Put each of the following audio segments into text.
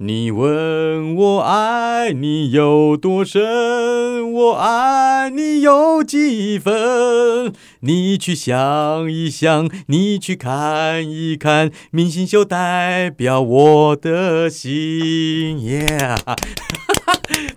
你问我爱你有多深，我爱你有几分？你去想一想，你去看一看，明星秀代表我的心，Yeah！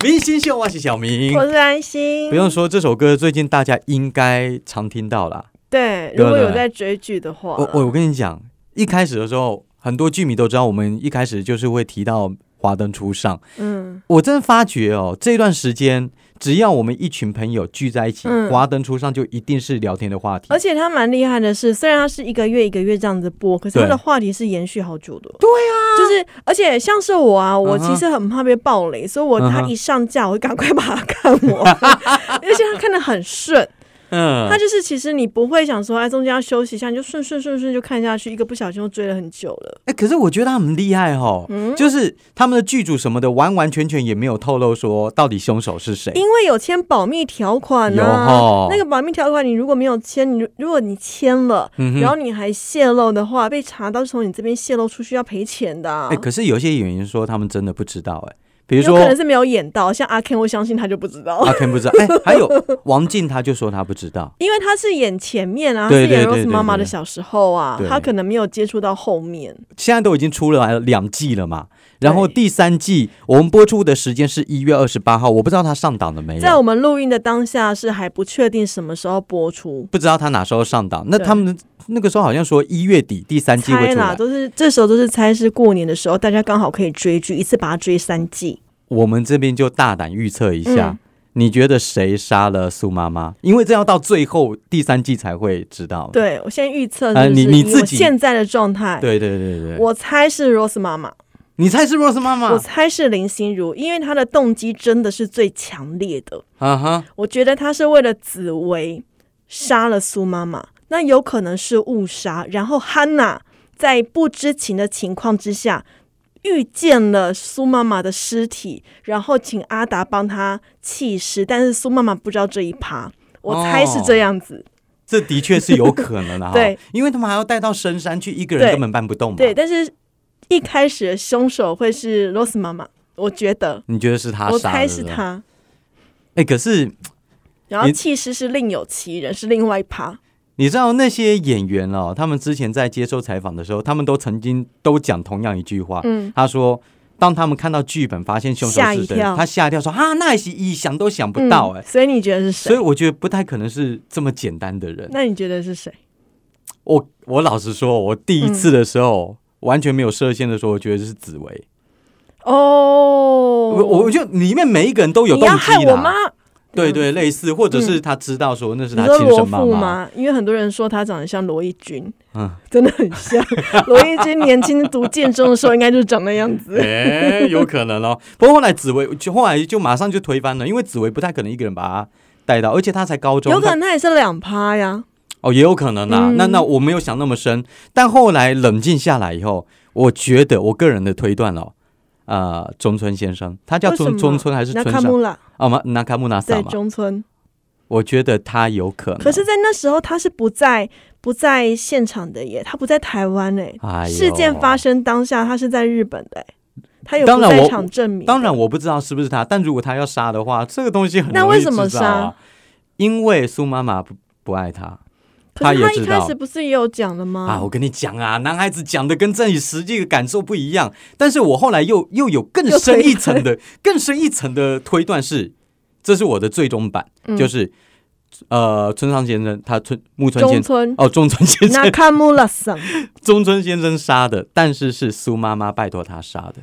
明星秀，啊我是小明我。是安心。不用说，这首歌最近大家应该常听到啦。对，对如果对有在追剧的话，我我我跟你讲，一开始的时候，很多剧迷都知道，我们一开始就是会提到《华灯初上》。嗯，我真的发觉哦，这段时间只要我们一群朋友聚在一起，嗯华灯初上就一定是聊天的话题。而且他蛮厉害的是，虽然他是一个月一个月这样子播，可是对他的话题是延续好久的。对啊，就是而且像是我啊，我嗯哼其实很怕被暴雷，所以我嗯哼他一上架，我就赶快把它看 完，而且他看的很顺。嗯他就是其实你不会想说，哎，中间要休息一下，你就顺顺顺顺就看下去，一个不小心就追了很久了。哎、可是我觉得他很厉害哦，嗯就是他们的剧组什么的，完完全全也没有透露说到底凶手是谁。因为有签保密条款呢、有吼那个保密条款你如果没有签，你如如果你签了，嗯然哼，后你还泄露的话，被查到从你这边泄露出去要赔钱的、啊。哎、可是有些演员说他们真的不知道、哎，比如有说可能是没有演到，像阿 Ken，我相信他就不知道， 阿 Ken 不知道，哎、还有王静他就说他不知道，因为他是演前面啊，他对是演对对 Rose 对妈妈对的小时候啊对，他可能没有接触到后面。现在都已经出来了两季了嘛。然后对第三季我们播出的时间是一月二十八号，我不知道他上档了没有。在我们录音的当下是还不确定什么时候播出，不知道他哪时候上档。那对他们那个时候好像说一月底第三季会猜出啦，来，都是这时候都是猜是过年的时候，大家刚好可以追剧，一次把它追三季。我们这边就大胆预测一下。嗯你觉得谁杀了苏妈妈？因为这要到最后第三季才会知道。对我先预测，呃就是你你以我自己现在的状态，对对对对对，我猜是 Rose 妈妈。你猜是 Rose 妈我妈？猜是林心如，因为她的动机真的是最强烈的。啊哈，我觉得她是为了紫薇杀了苏妈妈，那有可能是误杀。然后汉娜在不知情的情况之下遇见了苏妈妈的尸体，然后请阿达帮她弃尸，但是苏妈妈不知道这一趴。我猜是这样子，这的确是有可能的啊哈。 对，因为他们还要带到深山去，一个人对根本搬不动嘛。对。但是一开始的凶手会是 Rose 妈妈，我觉得，你觉得是他我杀的？猜是不。她。哎，可是然后你弃尸是另有其人，是另外一趴。你知道那些演员哦，他们之前在接受采访的时候，他们都曾经都讲同样一句话，嗯，他说，当他们看到剧本，发现凶手吓是一谁，跳他吓一跳说：“啊，那也是一想都想不到哎、嗯。所以你觉得是所以谁？我觉得不太可能是这么简单的人。那你觉得是谁？我我老实说，我第一次的时嗯候、完全没有设限的时候，我觉得是紫薇。哦，我我我觉得里面每一个人都有你动要害机我啦，妈？对对，类似，或者是他知道说那是你他说亲罗生妈富妈。吗？因为很多人说她长得像罗艺君，嗯，真的很像罗艺君。年轻读建中的时候，应该就长那样子。哎、有可能哦。不过后来紫薇就后来就马上就推翻了，因为紫薇不太可能一个人把他带到，而且他才高中，有可她能她也是两趴呀。哦，也有可能啦。嗯那那我没有想那么深，但后来冷静下来以后，我觉得我个人的推断哦，呃，中村先生，他叫为什中么中村还是那村卡上穆拉啊？嘛，那卡木纳萨对嘛，中村，我觉得他有可能。可是，在那时候她是不在不在现场的耶，她不在台湾哎。哎呦事件发，生当下，她是在日本的哎，她有当不然在我场证明。当然我不知道是不是他，但如果他要杀的话，这个东西很那容易为什么制造啊杀？因为苏妈妈不不爱他。可是他他也知一道开始不是也有讲了吗？啊，我跟你讲啊，男孩子讲的跟自己实际的感受不一样。但是我后来又又有更又深推一层 的、更深一层的推断是，这是我的最终版，嗯就是呃，村上先生他村木村中先生 村哦，中村先那生，卡穆拉桑。中村先生杀的，但是是苏妈妈拜托他杀的。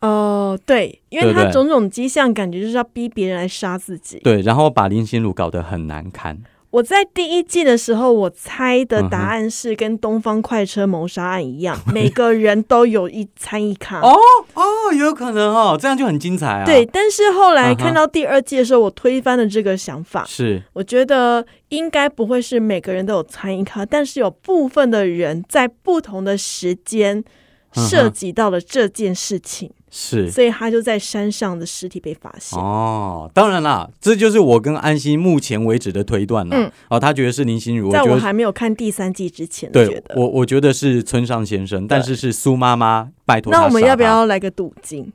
哦，对，因为对不他对种种迹象，感觉就是要逼别人来杀自己。对，然后把林心如搞得很难堪。我在第一季的时候，我猜的嗯答哼案是跟《东方快车谋杀案》一 样，每个人都有一参一咖。哦哦，有可能哦，这样就很精彩啊。对，，但是后来嗯哼看到第二季的时候，我推翻了这个想法。是我觉得应该不会是每个人都有参与咖，但是有部分的人在不同的时间嗯哼涉及到了这件事情。是所以他就在山上的尸体被发现。哦，当然啦，这就是我跟安心目前为止的推断了。嗯哦，他觉得是林心如，在觉我得还没有看第三季之前，觉对得我我觉得是村上先生，但是是苏妈妈拜托他那我们杀要不他？要来个赌金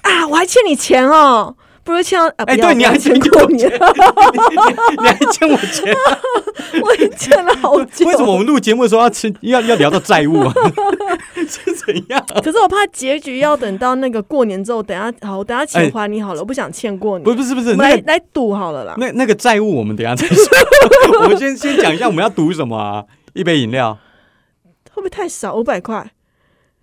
啊？我还欠你钱哦，不如欠到啊！哎不要对你还不要欠过我 年，你还欠我 钱？我已经欠了好久。 为什么我？们录节目的时候要吃要要聊到债务 啊？是怎样？可是我怕结局要等到那个过年之后，等下好，我等下哎钱还你好了，我不想欠过你。不是不是不我是，们来那个来赌好了啦。那那个债务我们等一下再 说。我们先先讲一下我们要赌什么啊？一杯饮料会不会太少？五百块？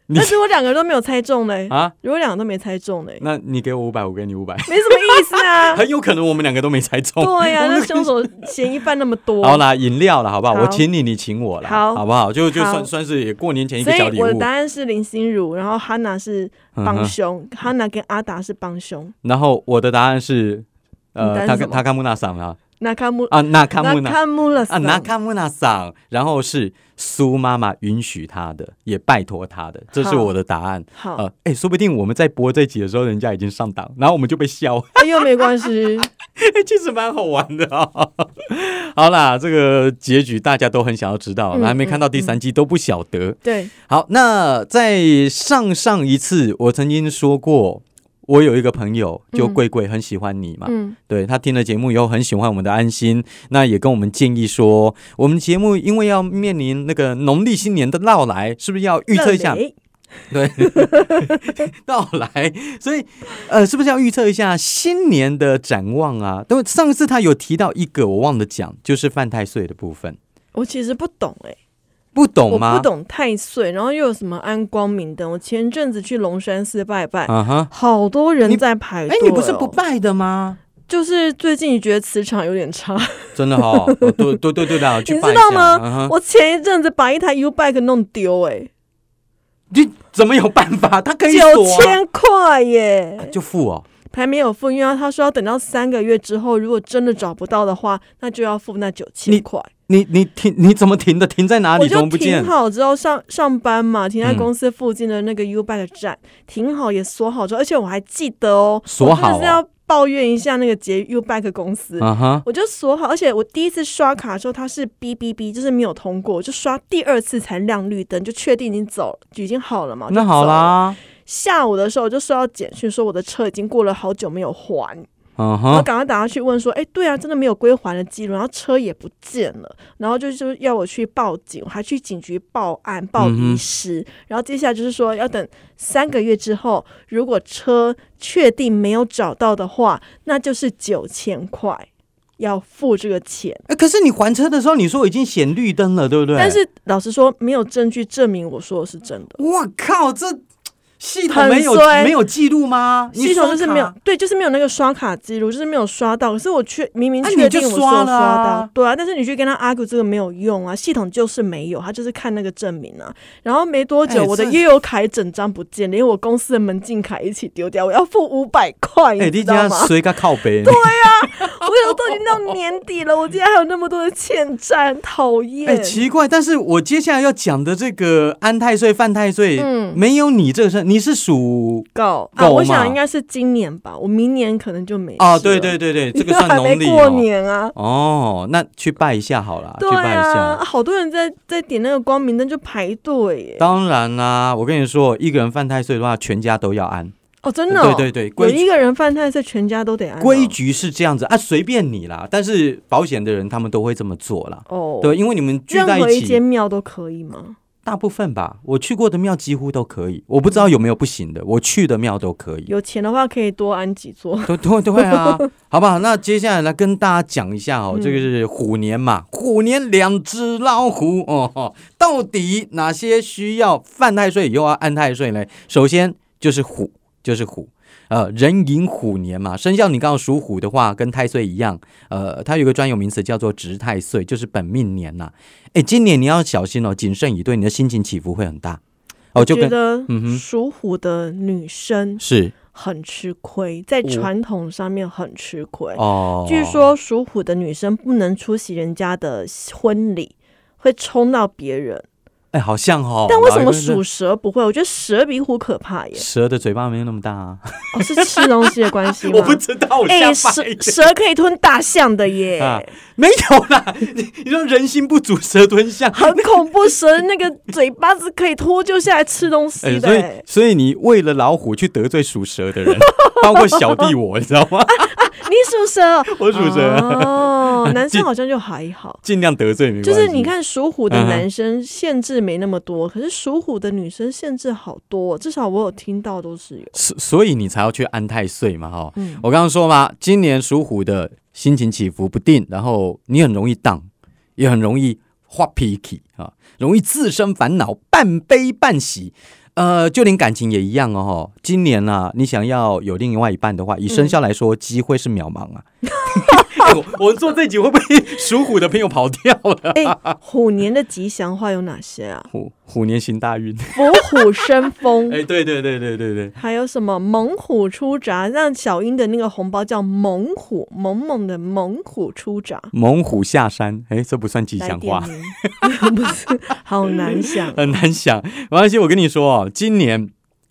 你但是我两个都没有猜中嘞、啊？如果两个都没猜中嘞、那你给我五百，我给你五百，没什么意思 啊。很有可能我们两个都没猜中。对呀、那凶手嫌疑犯那么多， 好啦，饮料了，好不好？好我请你，你请我了，好好不好？就就算好算是也过年前一个所小礼以物。我的答案是林心如，然后哈娜是嗯帮哼凶，哈娜跟阿达是帮凶，然后我的答案是，你答呃，案他跟是什么他看木纳桑啊那卡木啊，那看木纳那卡木了啊，那看木纳桑，然后是苏妈妈允许他的，也拜托他的，这是好我的答案。好，呃，哎，说不定我们在播这集的时候，人家已经上档，然后我们就被笑， 哎哎呦没关系，其实蛮好玩的 啊。好啦，这个结局大家都很想要知道，嗯还没看到第嗯三季都不晓得。 对，好，那在上上一次，我曾经说过，我有一个朋友，就嗯贵贵很喜欢你嘛，嗯对他听了节目以后很喜欢我们的安心，那也跟我们建议说，我们节目因为要面临那个农历新年的到来，是不是要预测一下那雷对 到来？所以呃，是不是要预测一下新年的展望啊？因为上次他有提到一个我忘了讲，就是犯太岁的部分，我其实不懂哎、不懂我吗？不。懂太岁，然后又有什么安光明灯？我前阵子去龙山寺拜拜，啊哈，好多你人在排哎队、哦。，你不是不？拜的吗？就是最近觉得磁场有点差，真 的哈、哦，对对对对的，去你拜一知道下吗？嗯哼我前一阵子把一台 U bike 弄丢、欸，你怎么有办法？他可哎，以锁、九啊千块耶！啊就付哦。还没有付，因为他说要等到三个月之后，如果真的找不到的话，那就要付那九你千块。你你停你怎么停的？停在哪我里？怎就啊么不见嗯停？好之后上上班嘛，停在公司附近的那个 U Bike 站、停好也锁好之后，而且我还记得哦，锁好哦我真的是要抱怨一下那个捷 U Bike 公司。啊哈，我就锁好，而且我第一次刷卡的时候，它是哔哔哔，就是没有通过，我就刷第二次才亮绿灯，就确定你走就已经好了嘛。那好就走了，啦，下午的时候我就收到简讯说我的车已经过了好久没有还，嗯然后哼，赶快打他去问说，哎、对啊，真的没有归还的记录，然后车也不见了，然后就就要我去报警，我还去警局报案报嗯哼遗失，然后接下来就是说要等三个月之后，如果车确定没有找到的话，那就是九千块要付这个钱。哎，可是你还车的时候，你说已经显绿灯了，对不对？但是老实说，没有证据证明我说的是真的。哇靠，这系统很没有衰没有记录吗？你系统刷就是卡没有，对，就是没有那个刷卡记录，就是没有刷到。可是我确明明啊确定你我就是有刷了刷到，啊对啊。但是你去跟他 argue 这个没有用啊，系统就是没有，他就是看那个证明啊。然后没多久，哎我的这悠游卡也整张不见，连我公司的门禁卡一起丢掉，我要付五百块，哎，知你道家吗？谁个靠背？对，我有都已经到年底了，我竟然还有那么多的欠债，很讨厌。 哎，奇怪，但是我接下来要讲的这个安太岁、犯太岁，嗯没有你这个事，你是属告够啊！我嘛想应该是今年吧，我明年可能就没哦，事对了对，对对，这因个为算 还农没历过哦。年啊。哦，那去拜一下好了，去对拜一下啊，。好多人在在点那个光明灯就排队耶。当然啦、我跟你说，一个人犯太岁的话，全家都要安。哦，真的、哦，对对对，有规矩一个人犯太岁，全家都得安、哦。规矩是这样子啊，随便你啦。但是保险的人他们都会这么做啦。哦，，对，因为你们聚在任何一一起间，庙都可以吗？大部分吧，我去过的庙几乎都可以，我不知道有没有不行的，我去的庙都可以，有钱的话可以多安几座。 都都都会 啊，好不好？那接下来来跟大家讲一下哦，嗯这个是虎年嘛，虎年两只老虎哦哦，到底哪些需要犯太岁又要安太岁呢？首先就是虎，就是虎。呃，人寅虎年嘛，生肖你刚好属虎的话，跟太岁一样，呃，它有个专有名词叫做值太岁，就是本命年呐、哎，今年你要小心哦，谨慎以对，你的心情起伏会很大。哦，就觉跟得嗯哼属虎的女生是很吃亏，在传统上面很吃亏。哦，据说属虎的女生不能出席人家的婚礼，会冲到别人。哎，好像哦。但为什老么一辈是属蛇不会？我觉得蛇比虎可怕 耶！蛇的嘴巴没有那么大啊？哦，是吃东西的关系吗？ 我不知道，我哎、吓蛇坏 了。蛇可以吞大象的耶，啊没有啦， 你你说人心不足蛇吞象，很恐怖。蛇那个嘴巴子可以脱臼下来吃东西的、所以哎所以你为了老虎去得罪属蛇 的人，包括小弟我，你知道吗？你属蛇哦， 我属蛇 哦，男生好像就还好。尽量得罪没关系。就是你，看属虎的嗯哼男生限制没那么多，可是属虎的女生限制好多，至少我有听到都是有。所所以你才要去安太岁嘛，哈、嗯我刚刚说嘛，今年属虎的心情起伏不定，然后你很容易荡，也很容易发脾气啊，容易自身烦恼，半悲半喜。呃，就连感情也一样哦。吼今年啊，你想要有另外一半的话，以生肖来说，机会是渺茫 啊。哎我我们做这集会不会属虎的朋友跑掉了？？哎、虎年的吉祥话有哪些啊虎虎年行大运。伏虎生风， 哎，对对对对对对，还有什么猛虎出闸？让小英的那个红包叫猛虎，猛猛的猛虎出闸。猛虎下山。哎，这不算吉来祥点话。名， 不是，好难 想。很难想。没关系，我跟你说哦，今年。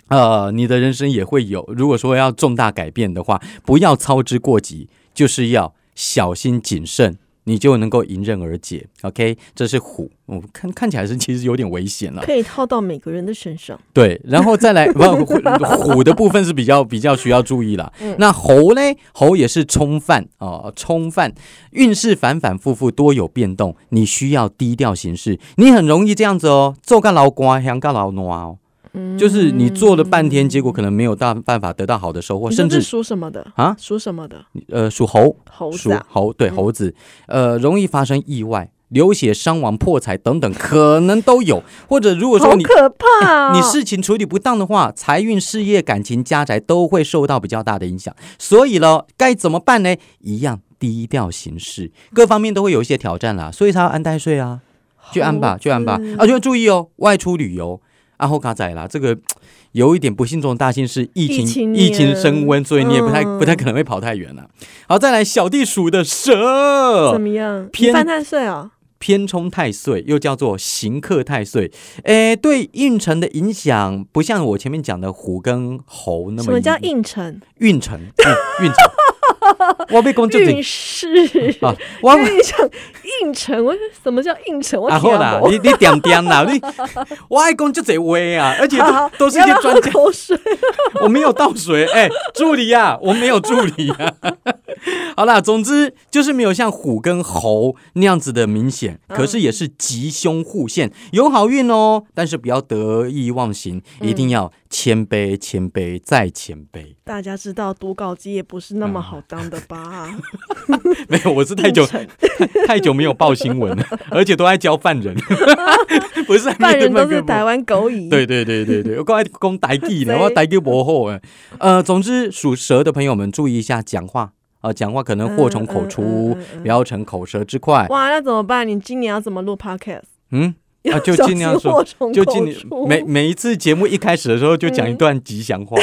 呃，你的人生也会有。如果说要重大改变的话，不要操之过急，就是要小心谨慎，你就能够迎刃而解。OK，这是虎，我、看看起来是其实有点危险了。可以套到每个人的身上。对，然后 再来不虎虎的部分是比较比较需要注意了。嗯那猴呢？猴也是冲犯哦，冲犯运势反反复复，多有变动，你需要低调行事。你很容易这样子哦，做个老瓜，香个老暖哦。嗯就是你做了半天，结果可能没有大办法得到好的收获，你甚说这至属什么的啊？属什么的？呃属猴，猴属子啊？猴对猴子，呃，容易发生意外、流血、伤亡、破财等等，可能都有。或者如果好说你可怕、哦！ 你事情处理不当的话，财运、事业、感情、家宅都会受到比较大的影响。所以咯，该怎么办呢？一样低调行事，各方面都会有一些挑战啦，所以才要安代税啊，去安吧，去安吧。嗯啊，就要注意哦，外出旅游。啊，后卡仔啦，这个有一点不幸中的大幸是疫情疫情年疫情升温，所以你也不太、嗯不太可能会跑太远了、好，再来小地鼠的怎蛇，么样？偏你犯太岁啊？偏冲太岁，又叫做行克太岁，诶，对运程的影响不像我前面讲的虎跟猴那么什么叫影应承？运程？嗯、运程， 我被公正运势。 啊，我我跟你讲应承，我什么叫应承？我啊好听啦，不你你点点啦， 你我爱公就这话啊，而且好好都都是一你些要不要专家喝，口水。 我没有倒水，哎、助理呀、我没有助理呀、 好啦，总之就是没有像虎跟猴那样子的明显，嗯可是也是吉凶互现，有好运哦。但是不要得意忘形，嗯一定要谦卑、谦卑再谦卑。 大家知道读稿机也不是那么好当的 吧？没有，我是太久应承太久没有报新闻了，而且都在教犯人， 不是犯人都是台湾。湾狗蚁。对对对对对，我刚才讲台语 呢，贼我台语不好哎。嗯呃，总之属蛇的朋友们注意一下讲话啊、呃讲话可能祸从口出，嗯嗯嗯嗯嗯不要逞口舌之快。 哇，那怎么办？你今年要怎么录 podcast？嗯，啊，要就小尽量心说祸从就口尽出每每一次节目一开始的时候就讲一段吉祥 话，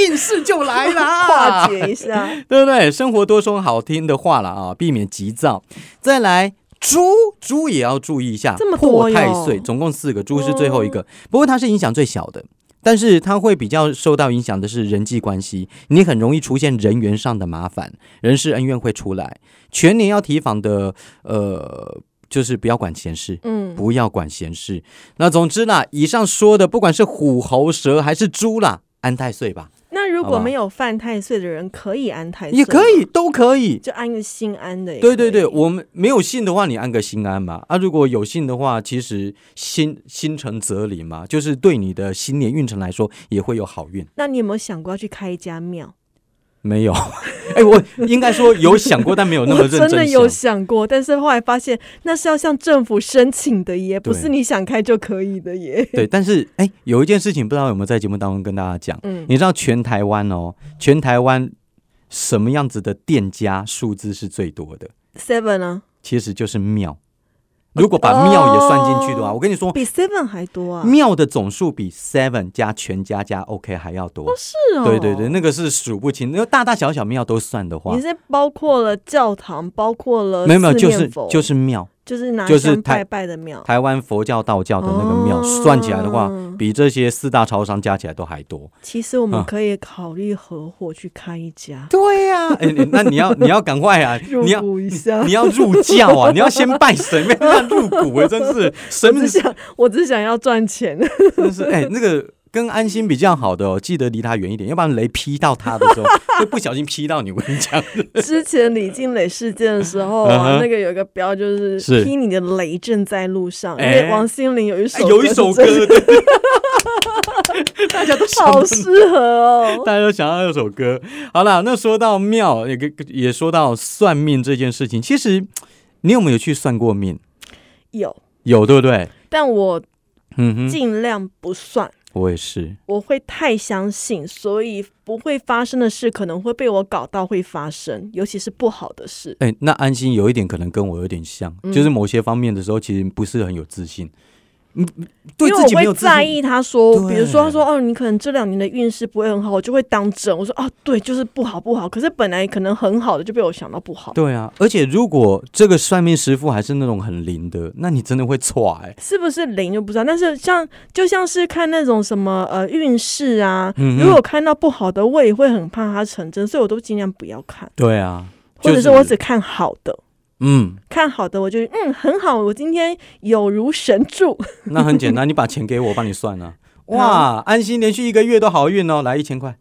运势就来 啦，化解 一下。对不对？生活多说好听的话了啊，避免急躁。再来。猪猪也要注意一下，这么多破哟太岁，总共四个，猪是最后一个，不过它是影响最小的，但是它会比较受到影响的是人际关系，你很容易出现人员上的麻烦，人事恩怨会出来。全年要提防的，呃，就是不要管闲事，嗯，不要管闲事。那总之啦，以上说的，不管是虎、猴、蛇还是猪啦，安太岁吧，那如好果吧没有犯太岁的人，可以安太岁，也可，以，都可以。就安个心安的也可以。对对对，我们没有信的话，你按个心安嘛。啊，如果有信的话，其实心心诚则灵嘛，就是对你的新年运程来说也会有好运。那你有没有想过要去开一家庙？没有， 哎，我应该说有想过，但没有那么我认真真的有想想过，但是后来发现那是要向政府申请的耶，对不是你想开就可以的耶。对，但是哎，有一件事情不知道有没有在节目当中跟大家讲，嗯，你知道全台湾哦，全台湾什么样子的店家数字是最多的？ Seven 啊呢，其实就是庙。如果把庙也算进去的话，哦我跟你说，比 Seven 还多啊？庙的总数比 Seven 加全家加 OK 还要多。是哦，对对对，。那个是数不清，那个大大小小庙都算的话你，是包括了教堂，包括了没有没有，四就面是佛嗯就是庙，就是拿就是香台拜拜的庙，台湾佛教、道教的那个庙，哦算起来的话，比这些四大超商加起来都还多。其实我们啊可以考虑合伙去开一家，对呀、哎、你那你 要你要赶快啊！入你要股一下你。要入教啊！ 你要先拜神，没有入股哎、真 是我神只想，我只想要赚钱。 真是哎、那个跟安心比较好的哦，记得离他远一点，要不然雷劈到他的 时候，会不小心劈到你。我跟你讲，之前李静蕾事件的时候嗯啊，哼那个有一个标就是是“劈你的雷正在路上”，因哎为王心凌有一哎首有一是首歌这个，对 大家都想不好适合哦。 大家都想到那首歌。好啦，那说到庙，也跟也说到算命这件事情，其实你有没有去算过命？有，有，对不对？但我嗯哼，尽量不算，我也是。我会太相信，所以不会发生的事可能会被我搞到会发生，尤其是不好的事。哎、那安心有一点可能跟我有点像，嗯就是某些方面的时候，其实不是很有自信。嗯，对因自为己我没有会自信。在意他说，对比如说他说哦，你可能这两年的运势不会很好，我就会当真。我说哦，对，就是不好不好。可是本来可能很好的，就被我想到不好，对啊，而且如果这个算命师傅还是那种很灵的，那你真的会错哎、是不是零就不知道。但是像就像是看那种什么呃运势啊，嗯哼如果我看到不好的，我也会很怕它成真，所以我都尽量不要看，对啊，或者是我只看好的。嗯，看好的，我就嗯很好，我今天有如神 助。 那很简单，你把钱给我，我帮你算啊。好哇，安心连续一个月都好运哦，来一千块，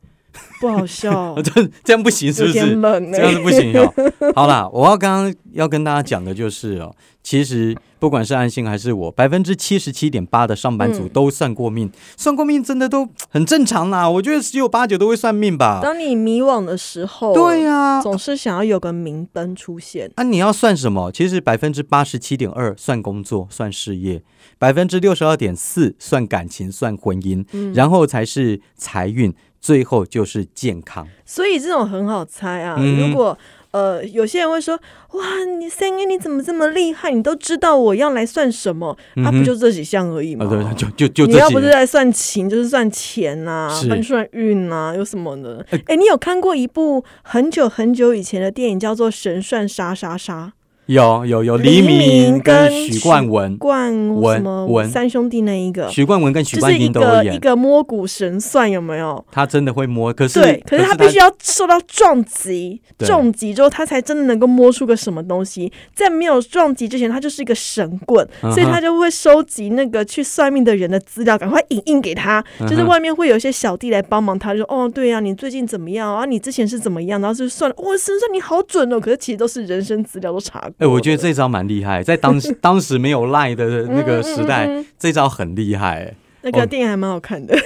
不好 笑啊，这这样不行是不有点是？冷这样欸。是不行 哦。好啦，我要刚刚要跟大家讲的就是哦，其实不管是安心还是我，百分之七十七点八的上班族嗯都算过命，算过命真的都很正常啦。我觉得十有八九都会算命吧。当你迷惘的时候，对、啊呀、总是想要有个明灯出现。啊，你要算什么？其实百分之八十七点二算工作，算事业；百分之六十二点四算感情，算婚姻，嗯然后才是财运，最后就是健康。所以这种很好猜啊。嗯如果呃，有些人会说：“哇，你三哥你怎么这么厉害？你都知道我要来算什么？啊，不就这几项而已嗯啊，对，吗？就就就哦你这要不是些。在算情，就是算钱呐、是算算运呐、有什么的？哎、你有看过一部很久很久以前的电影，叫做《神算杀杀杀有有有，黎黎明明跟跟许许冠》文，冠文什么文三兄弟那一个，许冠文跟许就冠是一英都有个一演，个摸骨神算，有没有？他真的会摸，可是对，可可是是他必须要受到撞击，对撞击之后他才真的能够摸出个什么东西。在没有撞击之前，他就是一个神棍，嗯哼所以他就会收集那个去算命的人的资料，赶快影印给他。嗯哼就是外面会有一些小弟来帮忙他，就说：“哦，对呀、啊，你最近怎么样啊？你之前是怎么样？”然后就算了，哇，神算你好准哦！可是其实都是人生资料都查过。哎、我觉得这招蛮厉害，在当 时当时没有赖的那个时代，嗯嗯嗯嗯这招很厉害、 哎那个哦电影还蛮好看的，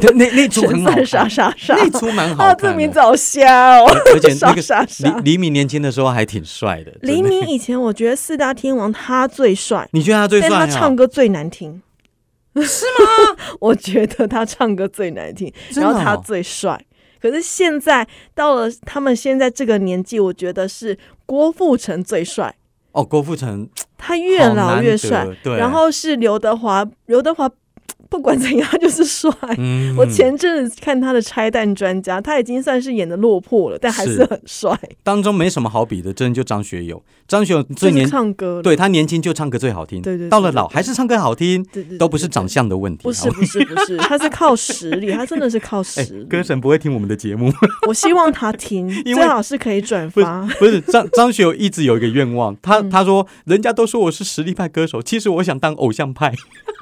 那那那出很神好看啊算，傻傻傻。那出蛮好哦，看的。这名字好瞎哦！而且那个 傻傻傻黎黎明年轻的时候还挺帅的，黎真的，明以前我觉得四大天王他最帅。你觉得他 最帅、但啊？他唱歌最难听，是吗？ 我觉得他唱歌最难听，真然的哦后他最帅。可是现在到了他们现在这个年纪，我觉得是郭富城最帅，哦，郭富城他越老越帅好难得。对然后是刘德华，刘德华不管怎样他就是帅。嗯我前阵子看他的《拆弹专家》，他已经算是演的落魄了，但还是是很帅，当中没什么好比的，真的就张学友，张学友就最是年唱歌了。对他年轻就唱歌最好听，对对对到了对老对还是唱歌好听，对对对都不是对对长相的问题，不好是吧不是不是， 他是靠实力，他真的是靠哎、实力。歌神不会听我们的节目， 我希望他听，因为最好是可以转不是发。不是张张学友一直有一个愿望，他、嗯他说人家都说我是实力派歌手，其实我想当偶像派， 啊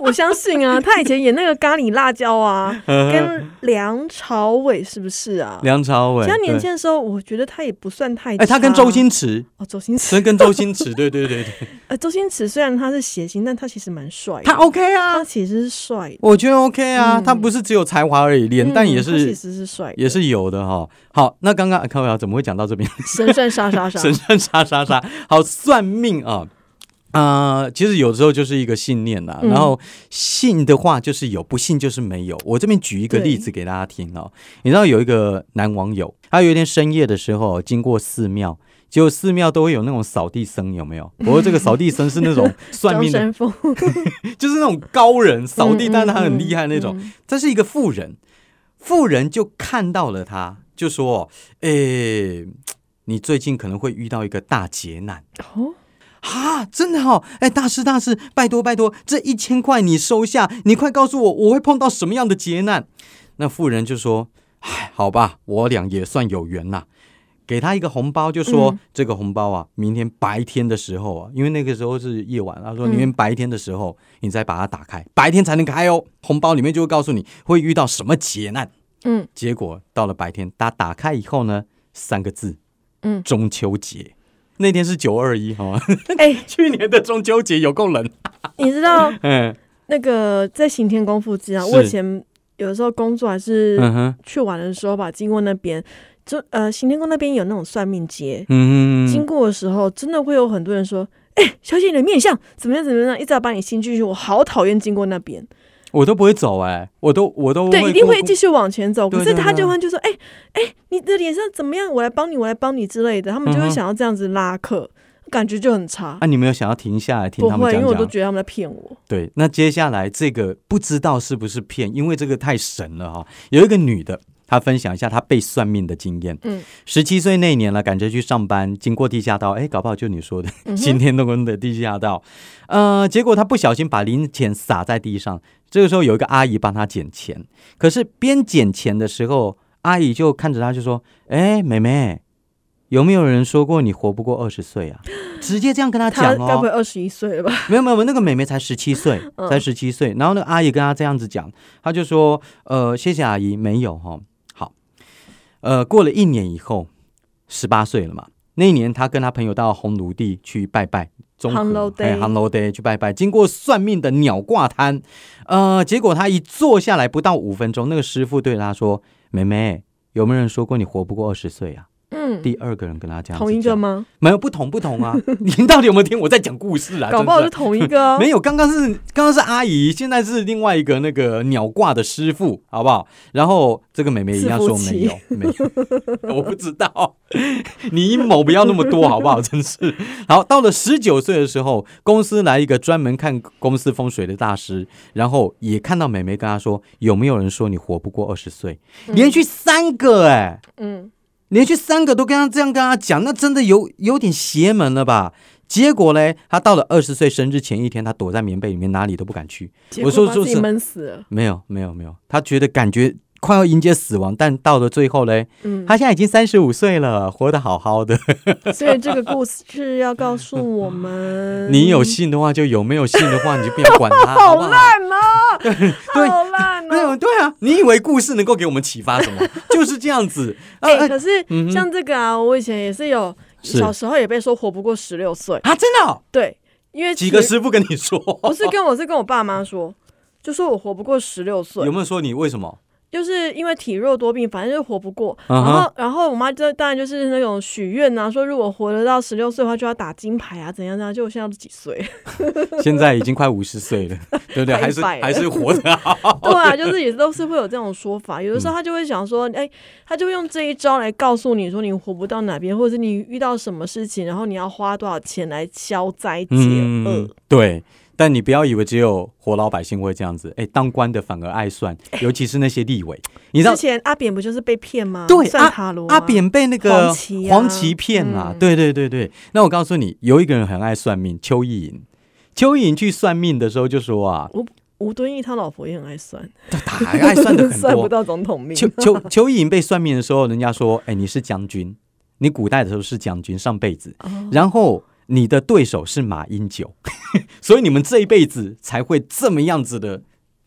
我相信啊，他以前演那个咖喱辣椒 啊，跟梁朝伟是不是啊？嗯梁朝伟，其实他年对轻的时候，我觉得他也不算太差。哎、他跟周星驰，哦，周星驰，真跟周星驰，对对对对，呃，周星驰虽然他是谐星，但 他其实蛮帅的。他 OK 啊，他其实是帅的，我觉得 OK 啊，嗯他不是只有才华而已，脸蛋嗯也他是、其实是帅的，也是有的哈、好，那刚呃刚看我怎么会讲到这边？神算杀杀杀。神算杀杀杀， 好算命啊。啊、其实有时候就是一个信念啦、嗯然后信的话就是有，不信就是没有。我这边举一个对例子给大家听哦。你知道有一个男网友，他有一天深夜的时候经过寺庙，结果寺庙都会有那种扫地僧，有没有？不过这个扫地僧是那 种算张命的，三丰就是那种高人扫地，嗯但是他嗯很嗯厉害那种。嗯这是一个富人，富人就看到了他，就说：“诶、你最近可能会遇到一个大劫难。哦，”哈，真的好，哎，大师大师，拜托拜托，这一千块你收下，你快告诉我，我会碰到什么样的劫难？那妇人就说，哎，好吧，我俩也算有缘呐、给他一个红包，就说、嗯这个红包啊，明天白天的时候啊，因为那个时候是夜晚，啊他说嗯明天白天的时候、你再把它打开，白天才能开哦。红包里面就会告诉你哦会遇到什么劫难。嗯结果到了白天，他打开以后呢，三个字，嗯中秋节。那天是九二一，好吗？哎、 去年的中秋节有够冷，你知道嗯那个在行天宫附近啊，是我以前有时候工作还是嗯哼，去玩的时候吧，经过那边，就呃行天宫那边有那种算命街，嗯经哼，过的时候真的会有很多人说。哎、小姐，你的面相怎么样？怎么样？一直要把你心进去，我好讨厌经过那边。我都不会走哎、我都我都对，一定会过继续往前走。可对是对他对就会就说：“哎、哎、你的脸上怎么样？我来帮你，我来帮你之类的。”他们就嗯会哼想要这样子拉客，感觉就很差。啊，你没有想要停下来听不他们会，因讲为我都讲？觉得他们在骗我。对，那接下来这个不知道是不是骗，因为这个太神了哈、有一个女的，她分享一下她被算命的经验。嗯，十七岁那一年了，赶着去上班，经过地下道，哎，搞不好就你说的嗯哼新天动宫的地下道。呃，结果她不小心把零钱撒在地上，这个时候有一个阿姨帮她捡钱，可是边捡钱的时候，阿姨就看着她就说：“哎，妹妹。”有没有人说过你活不过二十岁啊？直接这样跟她他讲哦。该不会二十一岁了吧？没有没有，那个妹妹才十七岁， 嗯才十七岁。然后那个阿姨跟她这样子讲，她就说：“呃，谢谢阿姨，没有哈、好，呃，过了一年以后，十八岁了嘛。那一年，她跟她朋友到红炉地去拜拜，中烘炉和地哎红楼 day 去拜拜。经过算命的鸟挂摊，呃，结果她一坐下来不到五分钟，那个师傅对她说：‘妹妹，有没有人说过你活不过二十岁啊？’嗯，第二个人跟她这样子同一个讲吗？没有不同不同啊！ 你到底有没有听我在讲故事啊？搞不好真是的同一个、哦。没有，刚刚是刚刚是阿姨，现在是另外一个那个鸟挂的师傅，好不好？然后这个妹妹一样说没有，没有， 我不知道，你阴谋不要那么多，好不好？真是。好，到了十九岁的时候，公司来一个专门看公司风水的大师，然后也看到妹妹跟她说，有没有人说你活不过二十岁？连续三个哎、嗯，连续三个都跟他这样跟他讲，那真的有有点邪门了吧？结果嘞，他到了二十岁生日前一天，他躲在棉被里面，哪里都不敢去。结我果说把就自己是闷死了。没有，没有，没有，他觉得感觉快要迎接死亡，但到了最后嘞，嗯，他现在已经三十五岁了，活得好好的。所以这个故事是要告诉我们， 你有信的话就有，没有信的话你就不要管 他，好不好？烂哦，好烂没有，哦。对啊，你以为故事能够给我们启发 什么？就是这样子。啊哎、啊可是嗯哼像这个啊，我以前也是有，是小时候也被说活不过十六岁，啊，真的哦、对，因为几个哦其实师傅跟你说不，是跟我是跟我爸妈说，就说我活不过十六岁有，没有说你为什么？就是因为体弱多病，反正就是活不过。嗯然哼后，然后我妈就当然就是那种许愿呐，说如果活得到十六岁的话，就要打金牌啊，怎样怎样。就我现在都几岁？ 现在已经快五十岁了，对不对？快还是100了还是活着好。对哦啊，就是也都是会有这种说法。有的嗯时候她就会想说，哎、她就会用这一招来告诉你说你活不到哪边，或者是你遇到什么事情，然后你要花多少钱来消灾 解厄。嗯对。但你不要以为只有活老百姓会这样子，哎，当官的反而爱 算，尤其是那些立委，你知道之。前阿扁不就是被骗吗？对算塔罗、啊阿，扁被那个黄旗啊黄旗骗啦、嗯对对对对。那我告诉你，有一个人很爱算命，邱意莹。邱意莹去算命的时候就说 啊，吴敦义他老婆也很爱算，打 爱算 的很算不多。到总统命。邱邱 邱意莹被算命的时候，人家说，哎，你是将军，你古代的时候是将军，上辈子。哦然后你的对手是马英九， 所以你们这一辈子才会这么样子的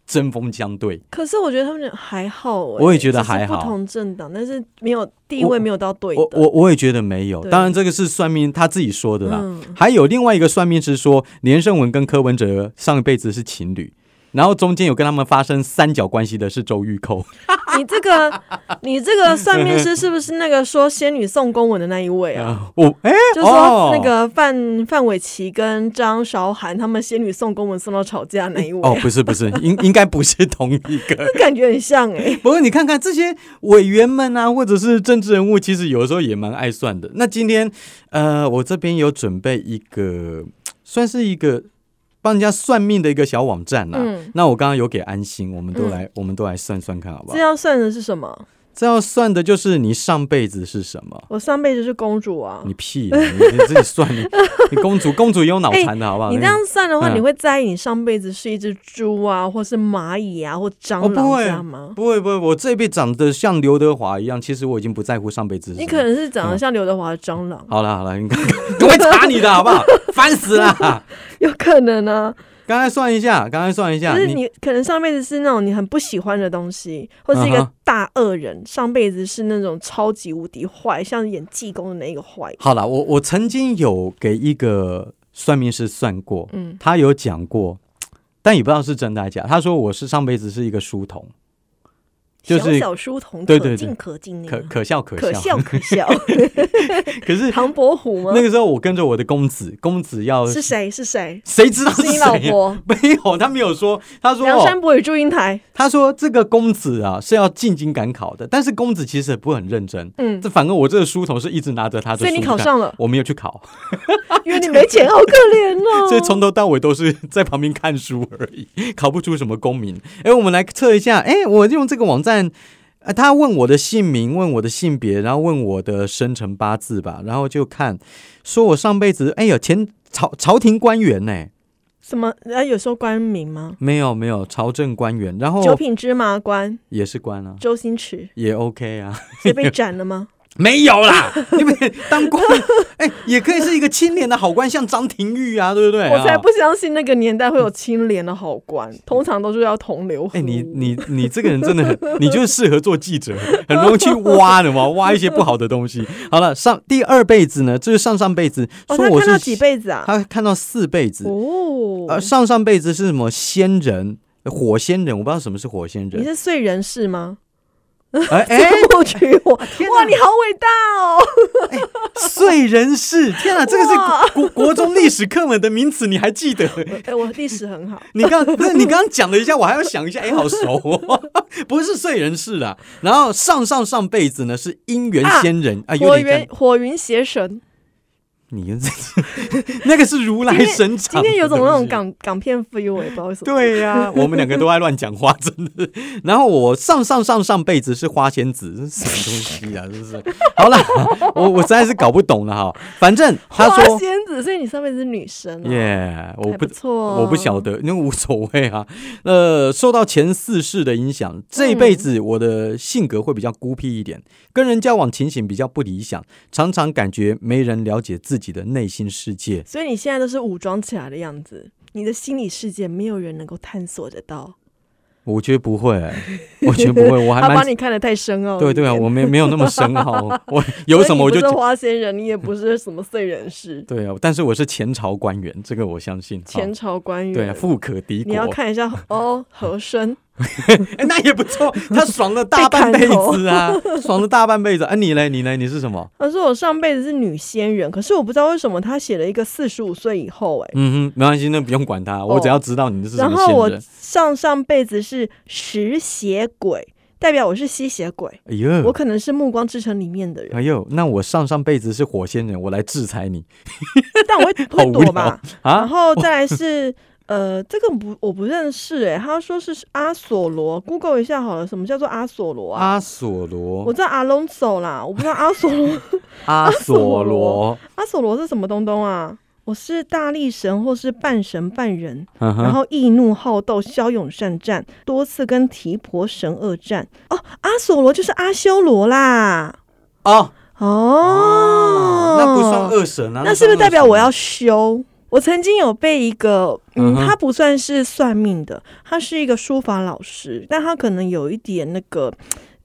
针锋相对。可是我觉得他们还好、欸，我也觉得还好只是不同政党，但是没有地位，没有到对我等。我我也觉得没有，对当然这个是算命他自己说的啦。嗯还有另外一个算命师说，连胜文跟柯文哲上一辈子是情侣，然后中间有跟他们发生三角关系的是周玉蔻。你这个，你这个算命师是不是那个说仙女送公文的那一位啊？啊 我哎，就说那哦个范范玮琪跟张韶涵他们仙女送公文送到吵架那一位，哦，不是不是，应应该不是同一个。 感觉很像 哎、不过你看看这些委员们啊，或者是政治人物，其实有的时候也蛮爱算的。那今天，呃，我这边有准备一个，算是一个帮人家算命的一个小网站啦、啊嗯那我刚刚有给安心，我们都来，我们都来算算看好不这好？要算的是什么？这要算的就是你上辈子是什么。我上辈子是公主啊。你屁 啊，你你自己算，你你公主公主也有脑残的好不好？哎你这那个样算的话，嗯你会在意你上辈子是一只猪啊，或是蚂蚁啊，或哦蟑不螂会这样吗？不会不会，我这辈长得像刘德华一样，其实我已经不在乎上辈子是什么。你可能是长得嗯像刘德华的蟑螂，好了好了，你 赶赶快查你的好不好？烦死了！有可能啊。刚才算一下，刚才算一就下，是啊你你可能上辈子是那种你很不喜欢的东西，或是嗯一个哼大恶人，上辈子是那种超级无敌坏，像演济公的那一个坏。好了，我我曾经有给一个算命师算过，嗯，他有讲过，但也不知道是真的还是假的。他说我是上辈子是一个书童，就是小小书童，对可对对敬可敬那可个，可笑可笑。嗯可笑可笑。 可是唐伯虎吗那？个时候我跟着我的公子，公子要是谁？是谁？谁知道是你谁老呀？婆？ 没有，他没有说，他说梁山伯与祝英台。他说这个公子啊是要进京赶考的，但是公子其实也不会很认真。嗯，这反而我这个书童是一直拿着他的书所看，以你考上了，我没有去考， 因为你没钱，好可怜 哦。所以从头到尾都是 在旁边看书而已，考不出什么功名。哎，我们来测一下，哎，我用这个网站。呃，他问我的姓名，问我的性别，然后问我的生辰八字吧，然后就看，说我上辈子，哎呦，前朝朝廷官员呢？什么？啊，有说官名吗？没有没有，朝政官员，然后九品芝麻官也是官啊，周 星驰也 OK 啊。是被斩了吗？没有啦，你们当官，哎、也可以是一个清廉的好官，像张廷玉啊，对不对？我才啊！不相信那个年代会有清廉的好 官，通常都是要同流合污。哎、你你你这个人真的很，你就适合做记者，很容易去挖的嘛，挖一些不好的东西。好了，上第二辈子呢，就是上上辈子哦，说他我看是、到几辈子啊？他看到四辈子，哦，呃，上上辈子是什么仙人？火仙人，我不知道什么是火仙你人。是燧人氏吗？哎哎，不娶 我！哇，你好伟大哦！燧、人氏，天啊，这个哇是国国中历史课本的名词，你还记得？哎，我历史很好。你刚不是你刚刚讲了一下，我还要想一下，哎，好熟哦， 不是燧人氏啦。然后上上上辈子呢是姻缘仙人啊有火点云像火云邪神，你跟这那个是如来神掌的东西，今天有种那种港港片 feel，我也不知道为什么。对呀、我们两个都爱乱讲话，真的。然后我上上上上辈子是花仙子，这是什么东西啊？真是。好啦， 我我实在是搞不懂了哈。反正他花说，仙子，所以你上辈子是女生啊耶、我还不错哦，我不晓得，那无所谓啊。呃，受到前四世的影响，这一辈子我的性格会比较孤僻一点，跟人交往情形比较不理想，常常感觉没人了解自己的内心世界。所以你现在都是武装起来的样子，你的心理世界没有人能够探索得到。我觉得不会、 我觉得不会，我还他把蛮你看得太深奥了。对对啊，你我没没有那么深奥， 我有什么我就所以你不是花仙人，你也不是什么燧 人氏、对啊，但是我是前朝官员，这个我相信。好前朝官员。对啊，富可敌国你要，看一下哦，和珅 哎，那也不 错，他爽了大半辈被砍头子啊， 爽了大半辈子。哎、你嘞，你嘞，你是什么？他说我上辈子是女仙人，可是我不知道为什么他写了一个四十五岁以后、哎、嗯哼，没关系，那不用管他，我只要知道你是什哦然么后仙我人。上上辈子是食血鬼，代表我是吸血鬼，哎我呦，可能是《暮光之城》里面的 人，哎呦，那我上上辈子是火仙人，我来制裁你但我会好会无躲聊吧，然啊！后再来是呃，这个不我不认识哎、他说是阿索罗，Google 一下好了，什么叫做阿索罗啊？阿索我罗，知道阿隆索啦，我不知道阿索罗， 阿索罗索罗，阿索罗是什么东东啊？我是大力神或是半神半人，嗯然哼，后易怒好斗，骁勇善战，多次跟提婆神恶战。哦，阿索罗就是阿修罗啦。哦，哦，那不算恶神啊，那是不是代表我要算修？我曾经有被一个，嗯，嗯哼他不算是算命的，他是一个书法老师，但他可能有一点那个，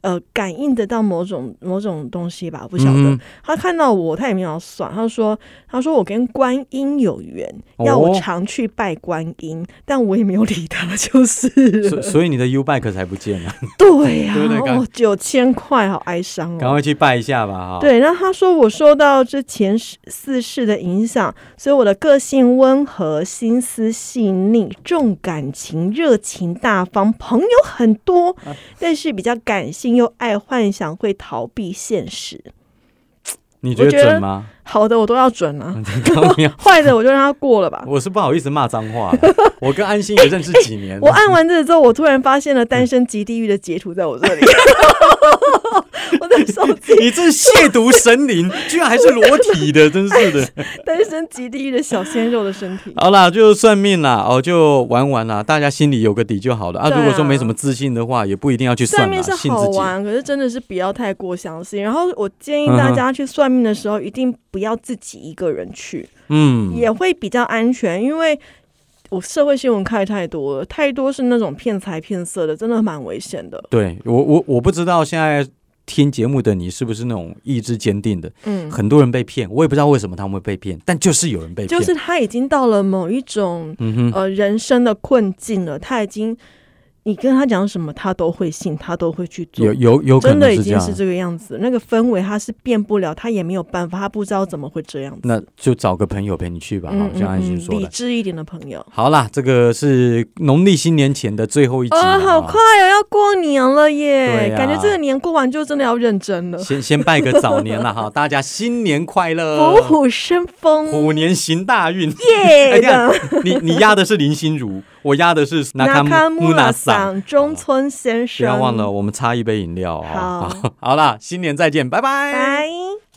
呃，感应得到某种某种东西吧，我不恶晓神得。嗯哼他看到我，他也没有要算，他说，他说我跟观音有缘，哦要我常去拜观音，但我也没有理他， 就是所 了所以你的 U bike 才不见啊 了，对呀、对不对赶哦，九千块，好哀伤哦。赶快去拜一下吧哈。，对，那他说我受到这前世四世的影响，所以我的个性温和、心思细腻、重感情、热情大方，朋友很多，但是比较感性又爱幻想，会逃避现实。你觉得我觉得准吗？好的，我都要准啊， 高明，坏的我就让他过 了吧。我是不好意思骂脏话 啦，我跟安心也认识几年 我，按完这个之后，我突然发现了《单身即地狱》的截图在我这里， 你这亵渎神灵，居然还是裸体 的，真是的。单身极地狱的小鲜肉的身体。好啦，就算命啦，哦，就玩玩啦，大家心里有个底就好了啊。对啊如果说没什么自信的话，也不一定要去算算啦，命是信好自己。玩，可是真的是不要太过相信。然后我建议嗯大家去算命的时候，一定不要自己一个人去，嗯，也会比较安全，因为。我社会新闻看得太多了，太多是那种骗财骗色的，真的蛮危险的。对我我我不知道现在听节目的你是不是那种意志坚定的，嗯，很多人被骗，我也不知道为什么他们会被骗，但就是有人被骗。就是他已经到了某一种嗯哼，呃人生的困境了，他已经你跟他讲什么，他都会信，他都会去做有。有有可真的能已是这经样是。这个样子，那个氛围他是变不了，他也没有办法，他不知道怎么会这样子。那就找个朋友陪你去吧，嗯好，嗯像安嗯心，说理的。智一点的朋友。好啦，这个是农历新年前的最后一集了哦，啊好快哦，要过年了耶！对啊感觉这个年过完就真的要认真了，先 先拜个早年了哈，大家新年快乐，虎虎生风呃虎年行大运。哎哦嗯耶！这样 的你你压的是林心如，我压的 是那卡木纳拉桑。桑中村先不生，要忘了，我们擦一杯饮料哦。好 好，好啦，新年再见，拜拜。拜。